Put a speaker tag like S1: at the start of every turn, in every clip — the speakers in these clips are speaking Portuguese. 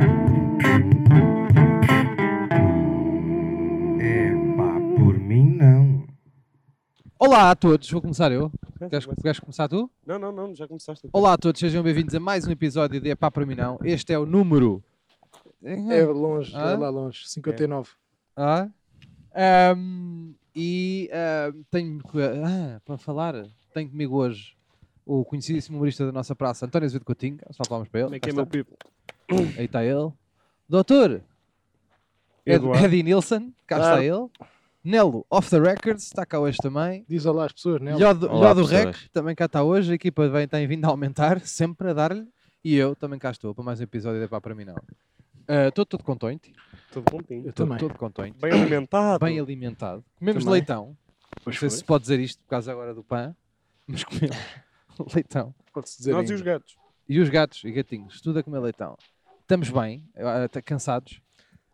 S1: Epá, É, por mim não.
S2: Olá a todos, vou começar eu. Queres,
S3: Começa.
S2: queres começar tu?
S3: Não, não, não, já começaste. então.
S2: Olá a todos, sejam bem-vindos a mais um episódio de Epá para mim não. Este é o número.
S4: É longe,
S2: Ah?
S4: é lá longe. 59.
S2: Ah? Ahm, e ahm, tenho co- ah, para falar, tenho comigo hoje o conhecidíssimo humorista da nossa praça, António Azevedo Coutinho. Só falamos para
S3: Como
S2: ele.
S3: é que é,
S2: Cá
S3: meu
S2: está.
S3: people?
S2: Aí está ele. Doutor Ed-
S3: Eduardo. Ah.
S2: Eddie Nilsson, cá está
S3: Claro.
S2: ele. Nelo, off the records, está cá hoje também.
S4: Diz olá às pessoas, né?
S2: Lhó do,
S5: Olá,
S2: Lhó do Rec
S5: pessoas.
S2: também cá está hoje, a equipa vem, tem vindo a aumentar, sempre a dar-lhe, e eu também cá estou para mais um episódio de Epá para mim não. Eh, Estou todo contente,
S3: Tudo bom,
S4: Eu
S2: estou
S4: também.
S2: todo contente,
S3: Bem alimentado.
S2: bem alimentado, comemos
S4: Também.
S2: leitão, não sei se pode dizer isto por causa agora do pão, mas comemos leitão.
S4: Pode-se dizer
S3: Nós e
S4: ainda.
S3: os gatos.
S2: E os gatos e gatinhos, tudo a comer leitão. Estamos bem, eh, até cansados,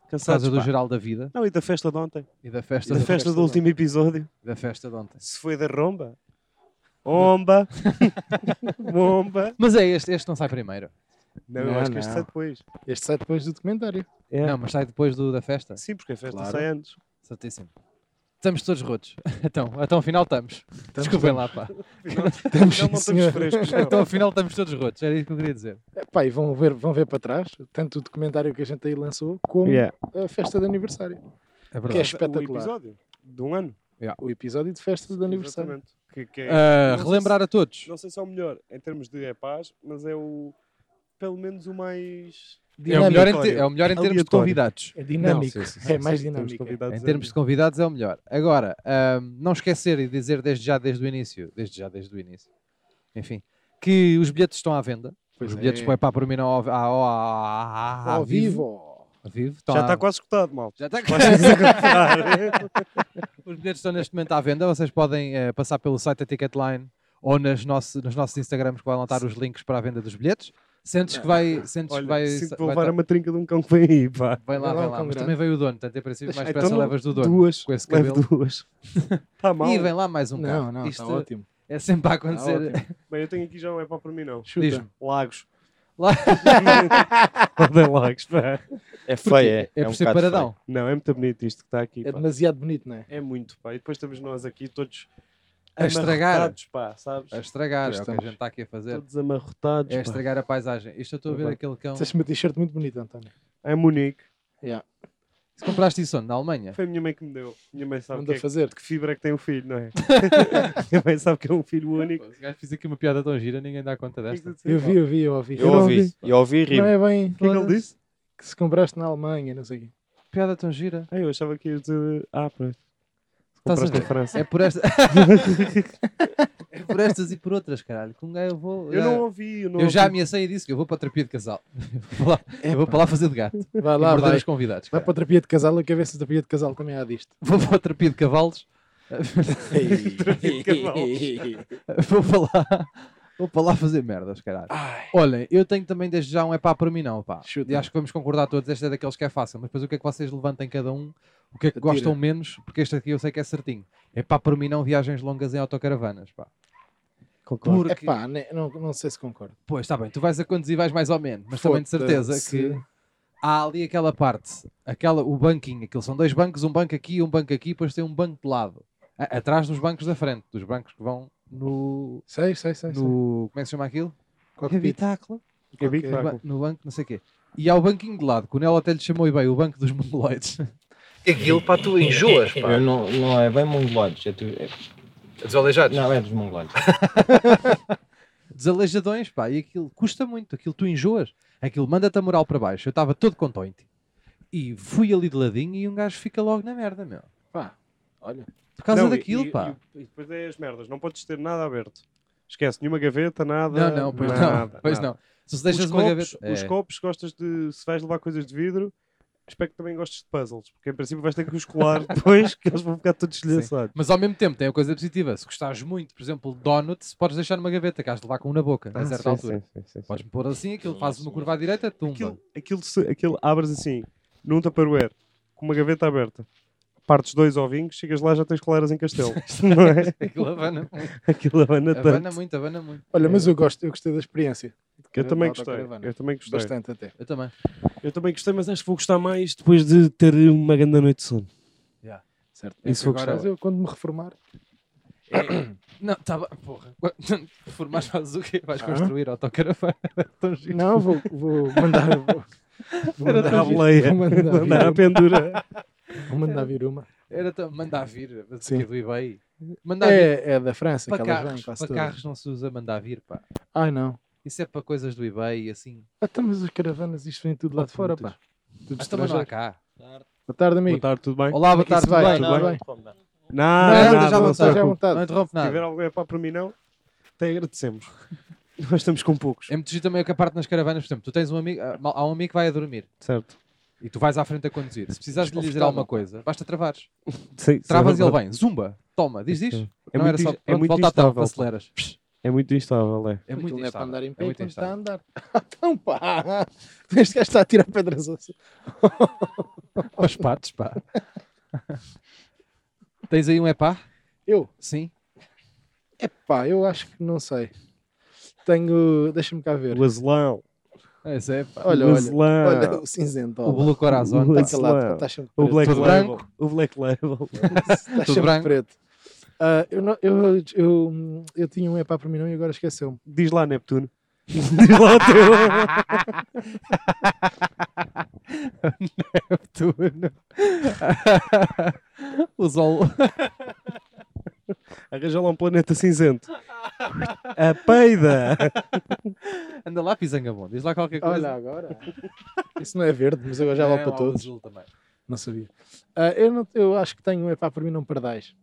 S2: por
S3: Cansados,
S2: causa do
S3: pá.
S2: geral da vida
S3: Não, e da festa de ontem?
S2: e da festa,
S3: E da
S2: de-
S3: festa do último episódio?
S2: da festa de ontem.
S3: Se foi da romba? Omba! Bomba!
S2: Mas é este, este não sai primeiro.
S3: Não, eu
S4: Não,
S3: acho que este
S4: não.
S3: sai depois.
S4: Este sai depois do documentário.
S3: É.
S2: Não, mas sai depois do, da festa.
S3: Sim, porque a festa
S4: Claro.
S3: sai antes.
S2: Certíssimo. Estamos todos rotos. Então, então afinal estamos. Desculpem lá, pá.
S3: Afinal,
S4: Estamos,
S3: não, não estamos
S4: senhor.
S3: frescos.
S2: Então
S3: Não. é? Um
S2: afinal estamos todos rotos. Era isso que eu queria dizer.
S4: Epá, e vão ver, vão ver para trás, tanto o documentário que a gente aí lançou, como
S5: Yeah.
S4: a festa de aniversário.
S2: É
S4: Que é
S2: verdade.
S4: espetacular.
S3: O episódio de um ano.
S4: O episódio de festa de aniversário.
S3: Exatamente. Que, que é-
S2: Ah,
S3: não sei
S2: relembrar a
S3: se-
S2: todos.
S3: Não sei se é o melhor em termos de é paz, mas é o. Pelo menos o mais.
S2: É o, melhor em te-
S3: Aleatório.
S2: é o melhor em termos de
S3: Aleatório.
S2: convidados.
S4: É dinâmico.
S5: Não, sim,
S4: é
S5: sim,
S3: Temos
S4: mais dinâmico.
S3: convidados
S2: Em termos de convidados é o melhor. Agora, ah, não esquecer e dizer desde já, desde o início, desde já, desde o início, enfim, que os bilhetes estão à venda.
S4: Pois
S2: os
S4: é.
S2: bilhetes para para mim não ao, ao, ao-
S4: Ao vivo.
S2: Ao vivo.
S3: Já
S5: Tá.
S2: Estão à-
S3: está quase escutado, mal.
S2: Já tá está
S3: Claro.
S2: Os bilhetes estão neste momento à venda. Vocês podem eh, passar pelo site da Ticketline ou nas nosso, nos nossos Instagrams que vão lançar os links para a venda dos bilhetes. Sentes que vai. Sentes
S3: Olha,
S2: que vai.
S3: sinto que vou
S2: vai
S3: levar
S2: tá-
S3: uma trinca de um cão que vem aí, pá.
S2: Vem lá,
S4: Vai lá
S2: vem
S4: um
S2: lá.
S4: cão
S2: Mas
S4: grande.
S2: também veio o dono, portanto, em princípio, mais
S3: Então
S2: pressa
S3: não-
S2: levas do dono.
S3: Duas.
S2: com esse
S3: Levo
S2: cabelo.
S3: duas. Está mal.
S2: E vem lá mais um
S4: Não,
S2: carro.
S4: não, está
S2: Isto
S4: ótimo. Tá
S2: é sempre a acontecer.
S4: ótimo.
S3: Bem, eu tenho aqui já um é para para mim, não.
S4: Chuta.
S2: Diz-me.
S3: Lagos.
S2: Lá-
S3: Podem lagos, pá.
S5: É feio, é.
S2: É
S5: um
S2: por ser
S5: bocado
S2: paradão.
S3: Não, é muito bonito isto que está aqui,
S4: É
S3: pá.
S4: demasiado bonito, não é?
S3: É muito, pá. E depois estamos nós aqui todos
S2: A estragar.
S3: amarrotados, pá, sabes?
S2: A estragar, é o que a
S4: Estamos.
S2: gente está aqui a fazer.
S3: Todos amarrotados,
S2: É
S3: pá.
S2: estragar a paisagem. Isto eu estou a ver
S3: Verdade.
S2: aquele cão.
S4: Tens uma t-shirt muito bonita, António.
S3: É Munique.
S4: Yeah.
S2: Se compraste isso onde? Na Alemanha?
S3: Foi a minha mãe que me deu. Minha mãe sabe que,
S4: Manda
S3: é,
S4: fazer.
S3: que fibra é que tem o filho, não é? minha mãe sabe que é um filho único.
S2: Pô, esse gajo Fiz aqui uma piada tão gira, ninguém dá conta
S3: O que é que
S2: desta.
S3: tu disseste?
S4: Eu vi, eu vi, eu ouvi.
S5: Eu ouvi, eu ouvi e ri.
S4: Não é bem
S3: O que é que ele disse?
S4: que se compraste na Alemanha, não sei o quê.
S2: Piada tão gira.
S3: Ah, eu achava que ia dizer. Ah, pronto.
S2: Estás a
S3: Compraste
S2: ver?
S3: em França.
S2: É por, esta... é por estas e por outras, caralho. Com um gajo eu vou.
S3: Eu não ouvi, eu não
S2: eu já
S3: ouvi.
S2: ameacei e disse que eu vou para a terapia de casal. Eu vou lá, eu vou para lá fazer de gato.
S4: Vai
S2: e
S4: lá,
S2: morder
S4: vai.
S2: os convidados.
S4: Vai
S2: caralho.
S4: para a terapia de casal, a cabeça da terapia de casal também há disto.
S2: Vou para a terapia de cavalos. vou para lá. Vou para lá fazer merdas, caralho.
S4: Ai.
S2: Olhem, eu tenho também desde já um é pá para mim, não, pá.
S4: Chuta.
S2: E acho que vamos concordar todos. Este é daqueles que é fácil, mas depois o que é que vocês levantem cada um? O que é que
S4: Atira.
S2: gostam menos? Porque este aqui eu sei que é certinho. É pá para mim, não viagens longas em autocaravanas, pá.
S4: Porque...
S2: Porque-
S4: Epá, né, não, não sei se concordo.
S2: Pois, está bem, tu vais a conduzir vais mais ou menos, mas também de certeza
S4: Foda-se.
S2: que há ali aquela parte, aquela, o banquinho, aquilo são dois bancos, um banco aqui, um banco aqui, depois tem um banco de lado, a- atrás dos bancos da frente, dos bancos que vão no,
S4: Sei, sei, sei. sei.
S2: no como é que se chama aquilo?
S4: Cockpit.
S2: Habitáculo?
S3: Eu vi que
S4: Ok.
S3: fraco.
S2: Ba- No banco, não sei o quê. E há o banquinho de lado, que o Nelo até lhe chamou e bem, o banco dos mongoloides. Aquilo, pá, tu enjoas,
S5: Eu não, não é bem mongoloides. É tu, é-
S2: Desaleijados.
S5: não, é dos mongoloides.
S2: desalejadões, pá, e aquilo custa muito, aquilo tu enjoas, aquilo manda-te a moral para baixo. Eu estava todo contente e fui ali de ladinho e um gajo fica logo na merda, meu.
S4: Pá, olha.
S2: Por causa
S3: Não, e-
S2: daquilo,
S3: e-
S2: pá.
S3: E, e depois é as merdas, não podes ter nada aberto. Esquece, nenhuma gaveta, nada.
S2: não, não, pois
S3: nada,
S2: não, pois
S3: nada.
S2: não. Se deixas
S3: os
S2: uma
S3: copos,
S2: gaveta.
S3: Os
S2: É.
S3: copos, gostas de. Se vais levar coisas de vidro, espero que também gostes de puzzles, porque em princípio vais ter que os colar depois, que eles vão ficar todos estilhaçados.
S2: Mas ao mesmo tempo tem a coisa positiva. Se gostares muito, por exemplo, de donuts, podes deixar numa gaveta, que has de levar com um na boca, a certa altura. Podes-me pôr assim, aquilo fazes uma curva à direita, tumba.
S3: Aquilo, aquilo, se- aquilo abres assim, num Tupperware, com uma gaveta aberta. partes dois ovinhos, chegas lá já tens claras em castelo. não é?
S2: Aquilo abana muito.
S3: Aquilo abana
S2: Abana eh,
S3: tanto.
S2: muito, abana muito.
S4: Olha, mas eu, gosto, eu gostei da experiência.
S3: Eu também
S4: Da
S3: gostei.
S4: autocaravana.
S3: Eu também gostei.
S4: Bastante até.
S2: Eu também.
S3: Eu também gostei, mas acho que vou gostar mais depois de ter uma grande noite de sono.
S4: Certo.
S3: Isso
S4: É que
S3: vou
S2: Tá
S4: agora,
S3: gostar.
S4: eu, quando me reformar,
S2: Não, tá bem. Porra. Formares fazes o quê? Vais
S4: Ah?
S2: construir autocaravana. é Tão giro.
S4: Não, vou, vou mandar. Vou, vou
S2: Era
S4: mandar,
S3: tão
S4: vir-
S3: boleia.
S4: vou mandar, vir
S3: Andar à
S4: uma-
S3: pendura.
S4: vou mandar vir uma.
S2: Era tão... Mandar vir. Mas
S4: Sim.
S2: aqui do eBay. Mandar vir.
S4: É, é da França
S2: Para
S4: que elas
S2: carros,
S4: vêm quase
S2: para
S4: todas.
S2: carros não se usa mandar vir, pá.
S4: Ai não.
S2: Isso é para coisas do eBay e assim. Ah,
S4: Ah, então, mas as caravanas, isto vem tudo lá de fora, pá. Tudo
S2: então, Mas também não há
S4: estrangeiro.
S2: cá.
S4: Boa tarde,
S3: Boa
S4: amigo.
S3: tarde, tudo bem?
S2: Olá, boa
S4: que
S2: tarde,
S4: isso
S2: tudo
S4: vai?
S2: bem?
S4: Tudo bem?
S3: Não,
S4: Nada,
S3: nada,
S4: já à
S3: não se
S4: vontade, já à
S3: preocupe.
S2: Não
S4: vontade.
S2: interrompe
S3: Se tiver
S2: nada.
S3: alguém para para mim, não, até agradecemos. Nós estamos com poucos.
S2: É muito giro também que a parte nas caravanas, por exemplo, tu tens um amigo, há há um amigo que vai a dormir
S3: Certo.
S2: e tu vais à frente a conduzir. Se precisares de lhe dizer
S4: Desconfortável. é
S2: alguma coisa, basta travares.
S3: Sim,
S2: Travas e
S3: sim,
S2: ele vem, zumba, toma, diz, diz.
S3: Sim. É
S2: Não era
S3: muito,
S2: só,
S3: is- é
S2: pronto,
S3: muito
S2: volta à tampa,
S3: instável.
S2: aceleras.
S3: É muito instável, é.
S2: É
S4: Aquilo
S2: muito
S4: não é para
S2: instável.
S4: andar em
S2: É
S4: pé,
S2: muito
S4: então está a
S2: instável.
S4: andar. Então pá, este gajo está a tirar pedras ao-
S2: Os patos, pá. Tens aí um epá?
S4: Eu,
S2: Sim.
S4: é pá, eu acho que não sei. Tenho, deixa-me cá ver.
S3: O azulão.
S2: Esse é epá.
S4: Olha,
S3: o
S4: olha,
S3: azulão.
S4: olha o cinzento.
S2: O Blue Corazon.
S3: Blue-
S2: tá.
S4: Está calado,
S3: Azulão.
S4: está sempre
S3: O
S4: preto.
S3: Black
S2: Tudo
S3: Label. O Black Label.
S4: Está
S2: Tudo
S4: sempre
S2: branco.
S4: preto. Ah, eu, não- eu, eu, eu tinha um epá para mim não e agora esqueceu-me.
S3: Diz lá, Neptuno. Diz lá o teu.
S2: Neptuno. o Zol.
S3: Arranja lá um planeta cinzento. A peida.
S2: Anda lá, pisangabon. Diz lá qualquer coisa.
S4: Olha agora. Isso não é verde, mas agora já
S2: É,
S4: vale para
S2: lá,
S4: todos.
S2: azul também.
S4: Não sabia. Ah, eu, não- eu acho que tenho um epá para mim não pardais.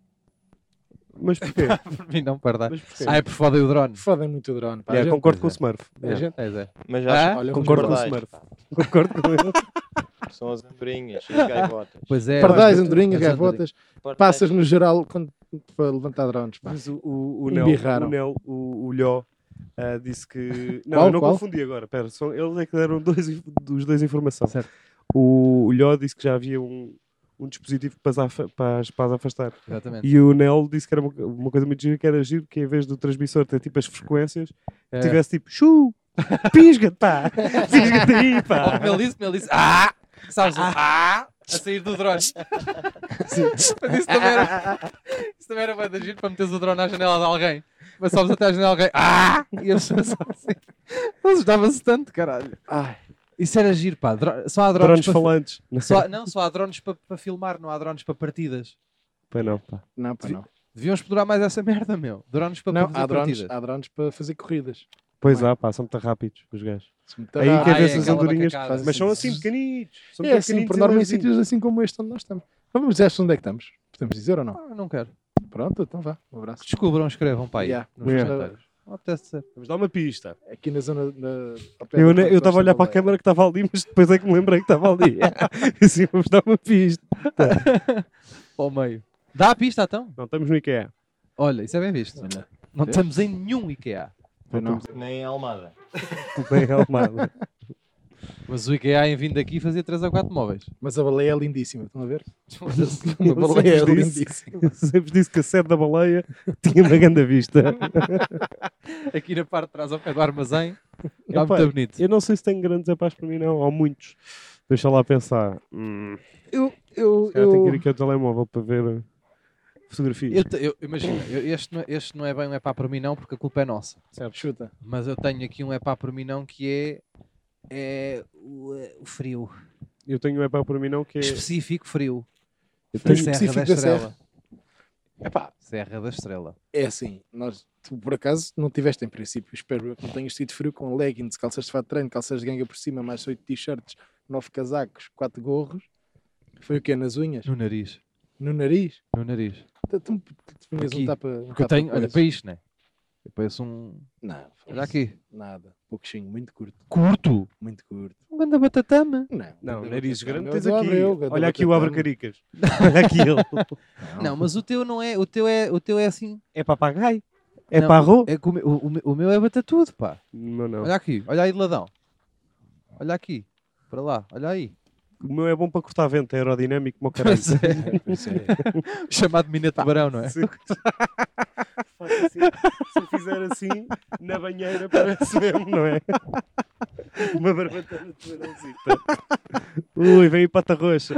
S3: Mas porquê?
S2: Por mim não perda.
S3: Mas porquê?
S2: Ah, é por foda o drone.
S4: Fodem muito o drone. Pá.
S3: É,
S4: A gente-
S3: concordo com o
S2: pois
S3: Smurf.
S4: a
S3: É.
S4: gente-
S2: Pois é.
S5: Mas já
S2: Ah?
S4: olha,
S3: Concordo com o
S4: vamos
S5: pardais.
S3: Smurf. Concordo com ele.
S5: São as andorinhas, as gaivotas.
S2: Pois é.
S4: Pardais, um
S2: mas-
S4: andorinhas,
S2: mas-
S4: gaivotas, passas no geral quando, para levantar drones. Pá.
S3: Mas o, o, o Nel,
S4: Embirraram.
S3: o, Nel, o, o Lhó, ah, disse que. Não,
S4: Qual,
S3: eu não
S4: qual?
S3: confundi agora, pera, são, eles é que deram dois, in- os dois informação.
S2: Certo.
S3: O, o Lhó disse que já havia um, um dispositivo para as, afa- para, as, para as afastar.
S2: Exatamente.
S3: E o Nel disse que era uma, uma coisa muito gira, que era giro, que em vez do transmissor ter tipo as frequências,
S2: É.
S3: tivesse tipo chu, pisga-te, pá, pisga-te aí,
S2: Oh,
S3: pá.
S2: como ele disse, como ele disse. Ah! Sabes? o Ah! A sair do drone. Isso também era. Isso também era bem de giro para meteres o drone à janela de alguém. Mas sobes até à janela de alguém. Ah! E eles só assim. Eles davam-se tanto, caralho.
S4: Ai,
S2: Isso era giro, pá. Dro- Só há drones.
S3: Drones
S2: para-
S3: falantes. Não,
S2: Só há- Não, só há drones para para filmar, não há drones para partidas.
S3: pá, não, pá.
S4: não, pá, não.
S2: Deviam explorar mais essa merda, meu. Drones para
S4: Não,
S2: fazer
S4: há drones,
S2: partidas.
S4: há drones para fazer corridas.
S3: Pois
S4: Bem.
S3: há, pá, são muito rápidos os gajos.
S4: Se me
S3: Aí
S4: tardarem-
S3: quer
S2: Ah,
S3: ver
S2: é,
S3: se as
S2: aquela
S3: andorinhas
S2: bacacada.
S3: fazem. Mas são assim pequenitos. São
S4: É
S3: tão
S4: assim,
S3: pequenitos
S4: por
S3: e
S4: norma, em
S3: levezinhos.
S4: sítios assim como este onde nós estamos. Mas Vamos dizer onde é que estamos. Podemos dizer ou não?
S2: Ah, não quero.
S4: Pronto, então vá. Um abraço.
S2: Descubram, escrevam para aí.
S4: Yeah.
S2: Nos
S3: Yeah.
S2: comentários. Não apetece ser.
S3: Vamos dar uma pista.
S4: Aqui na zona. Na...
S2: É,
S4: ao pé
S3: Eu
S4: do
S3: ne- eu estava a olhar para a
S4: Costa da
S3: câmara que estava ali, mas depois é que me lembrei que estava ali. assim, vamos dar uma pista.
S2: Ao meio. Dá a pista então.
S3: Não estamos no IKEA.
S2: Olha, isso é bem visto.
S4: Olha.
S2: Não estamos em nenhum IKEA.
S4: Pois não.
S5: Nem em Almada.
S3: Bem armado.
S2: Mas o IKEA em vindo aqui fazia 3 ou 4 móveis.
S4: Mas a baleia é lindíssima, estão a ver?
S3: Eu
S4: Uma baleia é
S3: sempre disse-
S4: lindíssima.
S3: eu Sempre disse que a sede da baleia tinha uma grande vista.
S2: aqui na parte de trás ao pé do armazém. Está
S3: Epá,
S2: muito bonito.
S3: Eu não sei se tenho grandes epás para mim, não. Ou muitos. Deixa lá pensar. Hum,
S2: Eu, eu,
S3: eu tenho que ir aqui ao telemóvel para ver eh, fotografias.
S2: te- eu- imagina, eu- este, não, este não é bem um epá para mim não, porque a culpa é nossa.
S4: Chuta.
S2: Mas eu tenho aqui um epá para mim não que é, é o, é o frio.
S3: Eu tenho um epá para mim, não, que é...
S2: Específico frio.
S3: Eu
S2: Da
S3: tenho-
S4: Sim.
S2: Serra
S4: específico
S2: da
S4: da
S2: Estrela.
S4: Epá,
S2: Serra da Estrela.
S4: é assim, nós, tu por acaso não tiveste em princípio, espero eu que não tenhas tido frio com leggings, calças de fato de treino, calças de ganga por cima, mais oito t-shirts, nove casacos, quatro gorros. Foi o quê? Nas unhas?
S2: No nariz.
S4: No nariz?
S2: No nariz.
S4: Tu, tu, tu vinhas
S2: Aqui.
S4: um tapa. um
S2: Porque eu
S4: tapa
S2: tenho,
S4: coisa.
S2: olha, para isto, né? Eu pareço um.
S4: Não,
S2: Olha aqui.
S4: nada. Pouquinho, muito curto,
S2: Curto!
S4: muito curto.
S2: Um grande batatama.
S4: Não,
S3: Não,
S4: ganda
S3: nariz
S4: batata,
S3: grande
S4: não,
S3: tens
S4: do
S3: aqui.
S4: Abreu, ganda
S3: Olha aqui o
S4: batata,
S3: Abra Caricas. Olha aqui ele.
S2: Não, mas o teu não é. O teu é, o teu é assim.
S3: É papagaio. É
S2: Não,
S3: parro.
S2: É que o, meu- o, meu- o meu é Ah. batatudo, pá.
S3: Não, não.
S2: Olha aqui, olha aí de ladão. Olha aqui, para lá, olha aí.
S3: O meu é bom para cortar vento, é aerodinâmico, meu caralho.
S2: Pois é. Chamado mina de tubarão, não é?
S3: Se, Faço assim, se eu fizer assim, na banheira parece mesmo, não é? Uma barbatana de tubarãozita. Ui, veio pata roxa.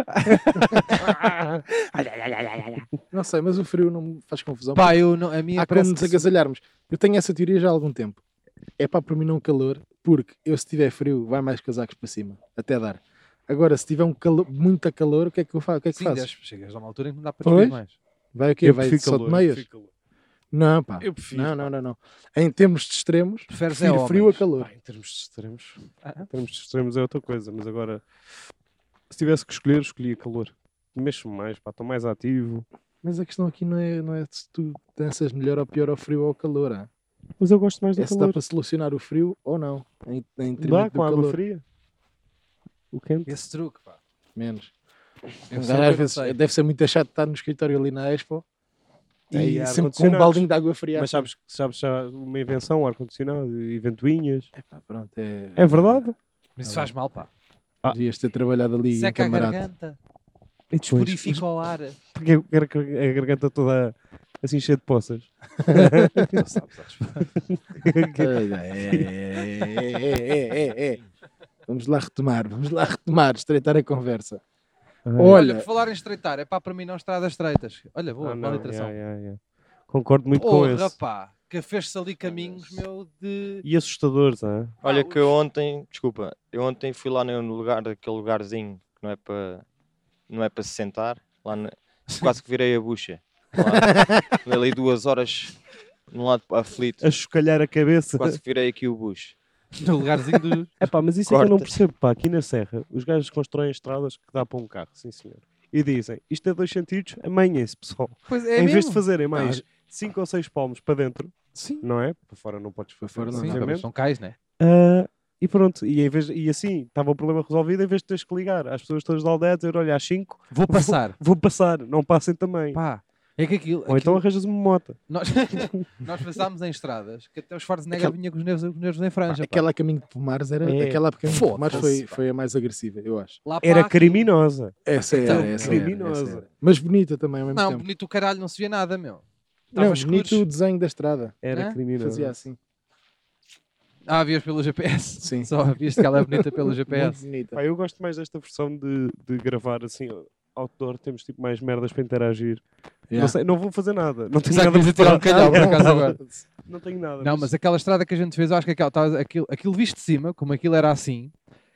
S4: Não sei, mas o frio não me faz confusão.
S2: Pá, eu não, a minha
S4: Há como
S2: parece
S4: nos
S2: que se-
S4: agasalharmos. Eu tenho essa teoria já há algum tempo. É pá, por mim não calor, porque eu se tiver frio, vai mais casacos para cima, até dar. Agora, se tiver um calor, muito calor, o que é que eu faço? O que é que
S2: Sim,
S4: fazes?
S2: dez- chegas a uma altura em que não dá para
S4: Pois.
S2: despedir mais.
S4: Vai o quê? Vai só de meias?
S3: prefiro calor.
S4: Não, pá.
S3: Eu prefiro,
S4: não, não, não, não. Em termos de extremos,
S2: Preferes é
S4: prefiro frio a
S2: homens.
S4: calor.
S3: Pá, Ah, em termos de extremos,
S2: Ah.
S3: em termos de extremos é outra coisa, mas agora, se tivesse que escolher, escolhia calor. Mexo-me mais, pá, estou mais ativo.
S4: Mas a questão aqui não é, não é se tu danças melhor ou pior ao frio ou ao calor. ah.
S3: Mas eu gosto mais do
S4: É se dá
S3: calor.
S4: para solucionar o frio ou não. Em, em
S3: Dá
S4: detrimento do
S3: com água
S4: calor.
S3: fria? O quente?
S2: Esse truque, pá.
S4: Menos.
S2: Eu
S4: Mas
S2: sei que eu
S4: às
S2: não
S4: vezes
S2: sei.
S4: deve ser muito chato estar no escritório ali na Expo
S3: Tem
S4: e
S3: ar
S4: sempre com um
S3: condicionado.
S4: baldinho de água fria.
S3: Mas sabes, sabes já uma invenção, ar-condicionado e ventoinhas.
S4: Epá, pronto, é...
S3: É verdade?
S2: Mas isso
S4: Tá
S2: faz mal, pá.
S3: Ah.
S4: Devias ter trabalhado ali em
S2: Seca a
S4: camarada.
S2: garganta,
S3: E
S2: purifica o ar.
S3: Porque eu quero que a garganta toda assim cheia de poças.
S2: Não sabes, sabes.
S4: Ai, ai, é, ai, ai, ai, ai, ai. é, Vamos lá retomar, vamos lá retomar, estreitar a conversa.
S3: É.
S2: Olha,
S4: Olha,
S2: por falar em estreitar, é pá, para mim não estradas estreitas. Olha, boa,
S3: Ah,
S2: boa
S3: não,
S2: literação.
S3: yeah, yeah, yeah. Concordo muito com
S2: Porra,
S3: esse.
S2: pá, que fez-se ali caminhos, meu, de...
S3: E assustadores, ah?
S5: Olha que eu ontem, desculpa, eu ontem fui lá no lugar, aquele lugarzinho que não é para não é para se sentar, lá na- quase que virei a bucha. Lá, andei ali duas horas num lado aflito,
S3: A chocalhar a cabeça.
S5: quase que virei aqui o bucho.
S2: no lugarzinho do...
S3: É pá, mas isso é que eu não
S5: Corta.
S3: percebo, pá. Aqui na Serra, os gajos constroem estradas que dá para um carro, sim senhor. E dizem, isto é dois sentidos, amanhem-se, pessoal.
S2: Pois é
S3: em vez
S2: mesmo.
S3: de fazerem mais cinco ou seis palmos para dentro,
S2: Sim.
S3: não é? Para fora não podes
S4: Para
S3: fazer.
S4: fora não,
S2: Sim,
S3: obviamente.
S2: não cais, né?
S3: Ah, e pronto, e, em vez, e assim estava o problema resolvido em vez de teres que ligar às pessoas todas da aldeia dizer, olha, às 5
S2: Vou passar.
S3: vou passar, não passem também.
S2: Pá, é que aquilo...
S3: Ou então
S2: aquilo-
S3: arranjas uma moto.
S2: Nós, nós passámos em estradas, que até o Schwarzenegger
S4: Aquela-
S2: vinha com os nervos, os nervos em franja, pá.
S4: aquela a caminho de Pomares era
S3: É.
S4: aquela a caminho de
S2: Foda-se,
S4: Pomares foi,
S2: pá.
S4: foi a mais agressiva, eu acho.
S2: Lá para
S3: Era
S2: aquilo-
S3: criminosa.
S4: Essa era,
S2: Então,
S4: essa era,
S3: criminosa.
S4: essa era. Mas bonita também ao mesmo
S2: Não,
S4: tempo.
S2: bonito o caralho, não se via nada, meu. Tava
S4: Não,
S2: escuros.
S4: bonito o desenho da estrada.
S3: Era
S2: Hã?
S3: criminosa.
S4: Fazia assim.
S2: Ah, vias pelo GPS.
S4: Sim.
S2: Só viste que ela é bonita pelo
S4: Muito
S2: GPS.
S4: bonita.
S3: Pá, eu gosto mais desta versão de, de gravar assim outdoor, temos tipo mais merdas para interagir. Não,
S4: Yeah.
S3: sei, não vou fazer nada. Não tenho
S2: Pensava que
S3: nada
S2: vinhas a
S4: é
S2: tirar um
S3: preparado.
S2: calhau, por acaso, agora.
S3: Não tenho nada.
S2: Não, mas aquela estrada que a gente fez, eu acho que aquela, tava- aquilo, aquilo visto de cima, como aquilo era assim,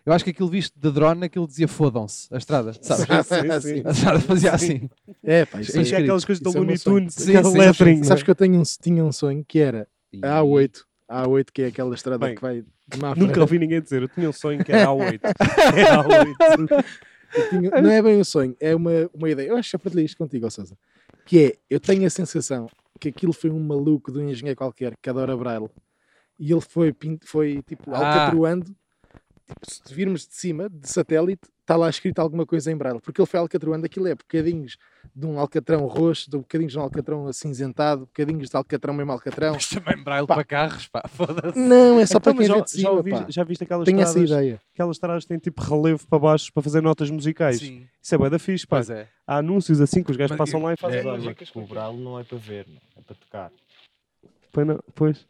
S2: eu acho que aquilo visto de drone, aquilo dizia fodam-se, a estrada, sabes?
S3: Sim, sim, sim.
S2: A estrada fazia assim.
S4: É, pá, isso
S3: Isso
S4: é-
S2: Sim.
S3: é aquelas coisas da
S4: Isso é o meu
S3: Looney
S4: sonho.
S3: Tunes,
S2: Sim,
S3: aquela
S2: sim,
S3: lettering.
S4: Sabes que eu tenho um, tinha um sonho que era a A8. A A8 que é aquela estrada
S3: Bem,
S4: que vai de má
S3: Nunca
S4: para-
S3: ouvi ninguém dizer. Eu tinha um sonho que era A8. Era A8.
S4: Eu tinha- Não é bem um sonho, é uma, uma ideia. Eu acho que já partilhei isto contigo, ó Sousa. Que é, eu tenho a sensação que aquilo foi um maluco de um engenheiro qualquer que adora Braille. E ele foi, pin- foi tipo,
S2: Ah.
S4: alcatroando. Tipo, se virmos de cima, de satélite, está lá escrito alguma coisa em Braille. Porque ele foi alcatroando, aquilo é bocadinhos de um alcatrão roxo, de um bocadinhos de um alcatrão acinzentado, bocadinhos de alcatrão mesmo alcatrão.
S2: Mas também braille
S4: Pá.
S2: para carros, pá, foda-se.
S4: Não, é só
S3: Então,
S4: para quem
S3: mas já,
S4: vê de
S3: já,
S4: cima,
S3: ouvi-
S4: pá.
S3: já viste aquelas
S4: Tenho essa
S3: estradas?
S4: ideia.
S3: Aquelas estradas têm tipo relevo para baixo para fazer notas musicais.
S2: Sim,
S3: Isso é bué da fixe, pá.
S2: pois é.
S3: Há anúncios assim que os
S2: Mas
S3: gajos passam
S2: eu-
S3: lá e
S5: Mas
S3: fazem
S4: é.
S5: olha,
S3: músicas.
S5: o bralo não é para ver, não, é para tocar.
S3: Pois não- Pois.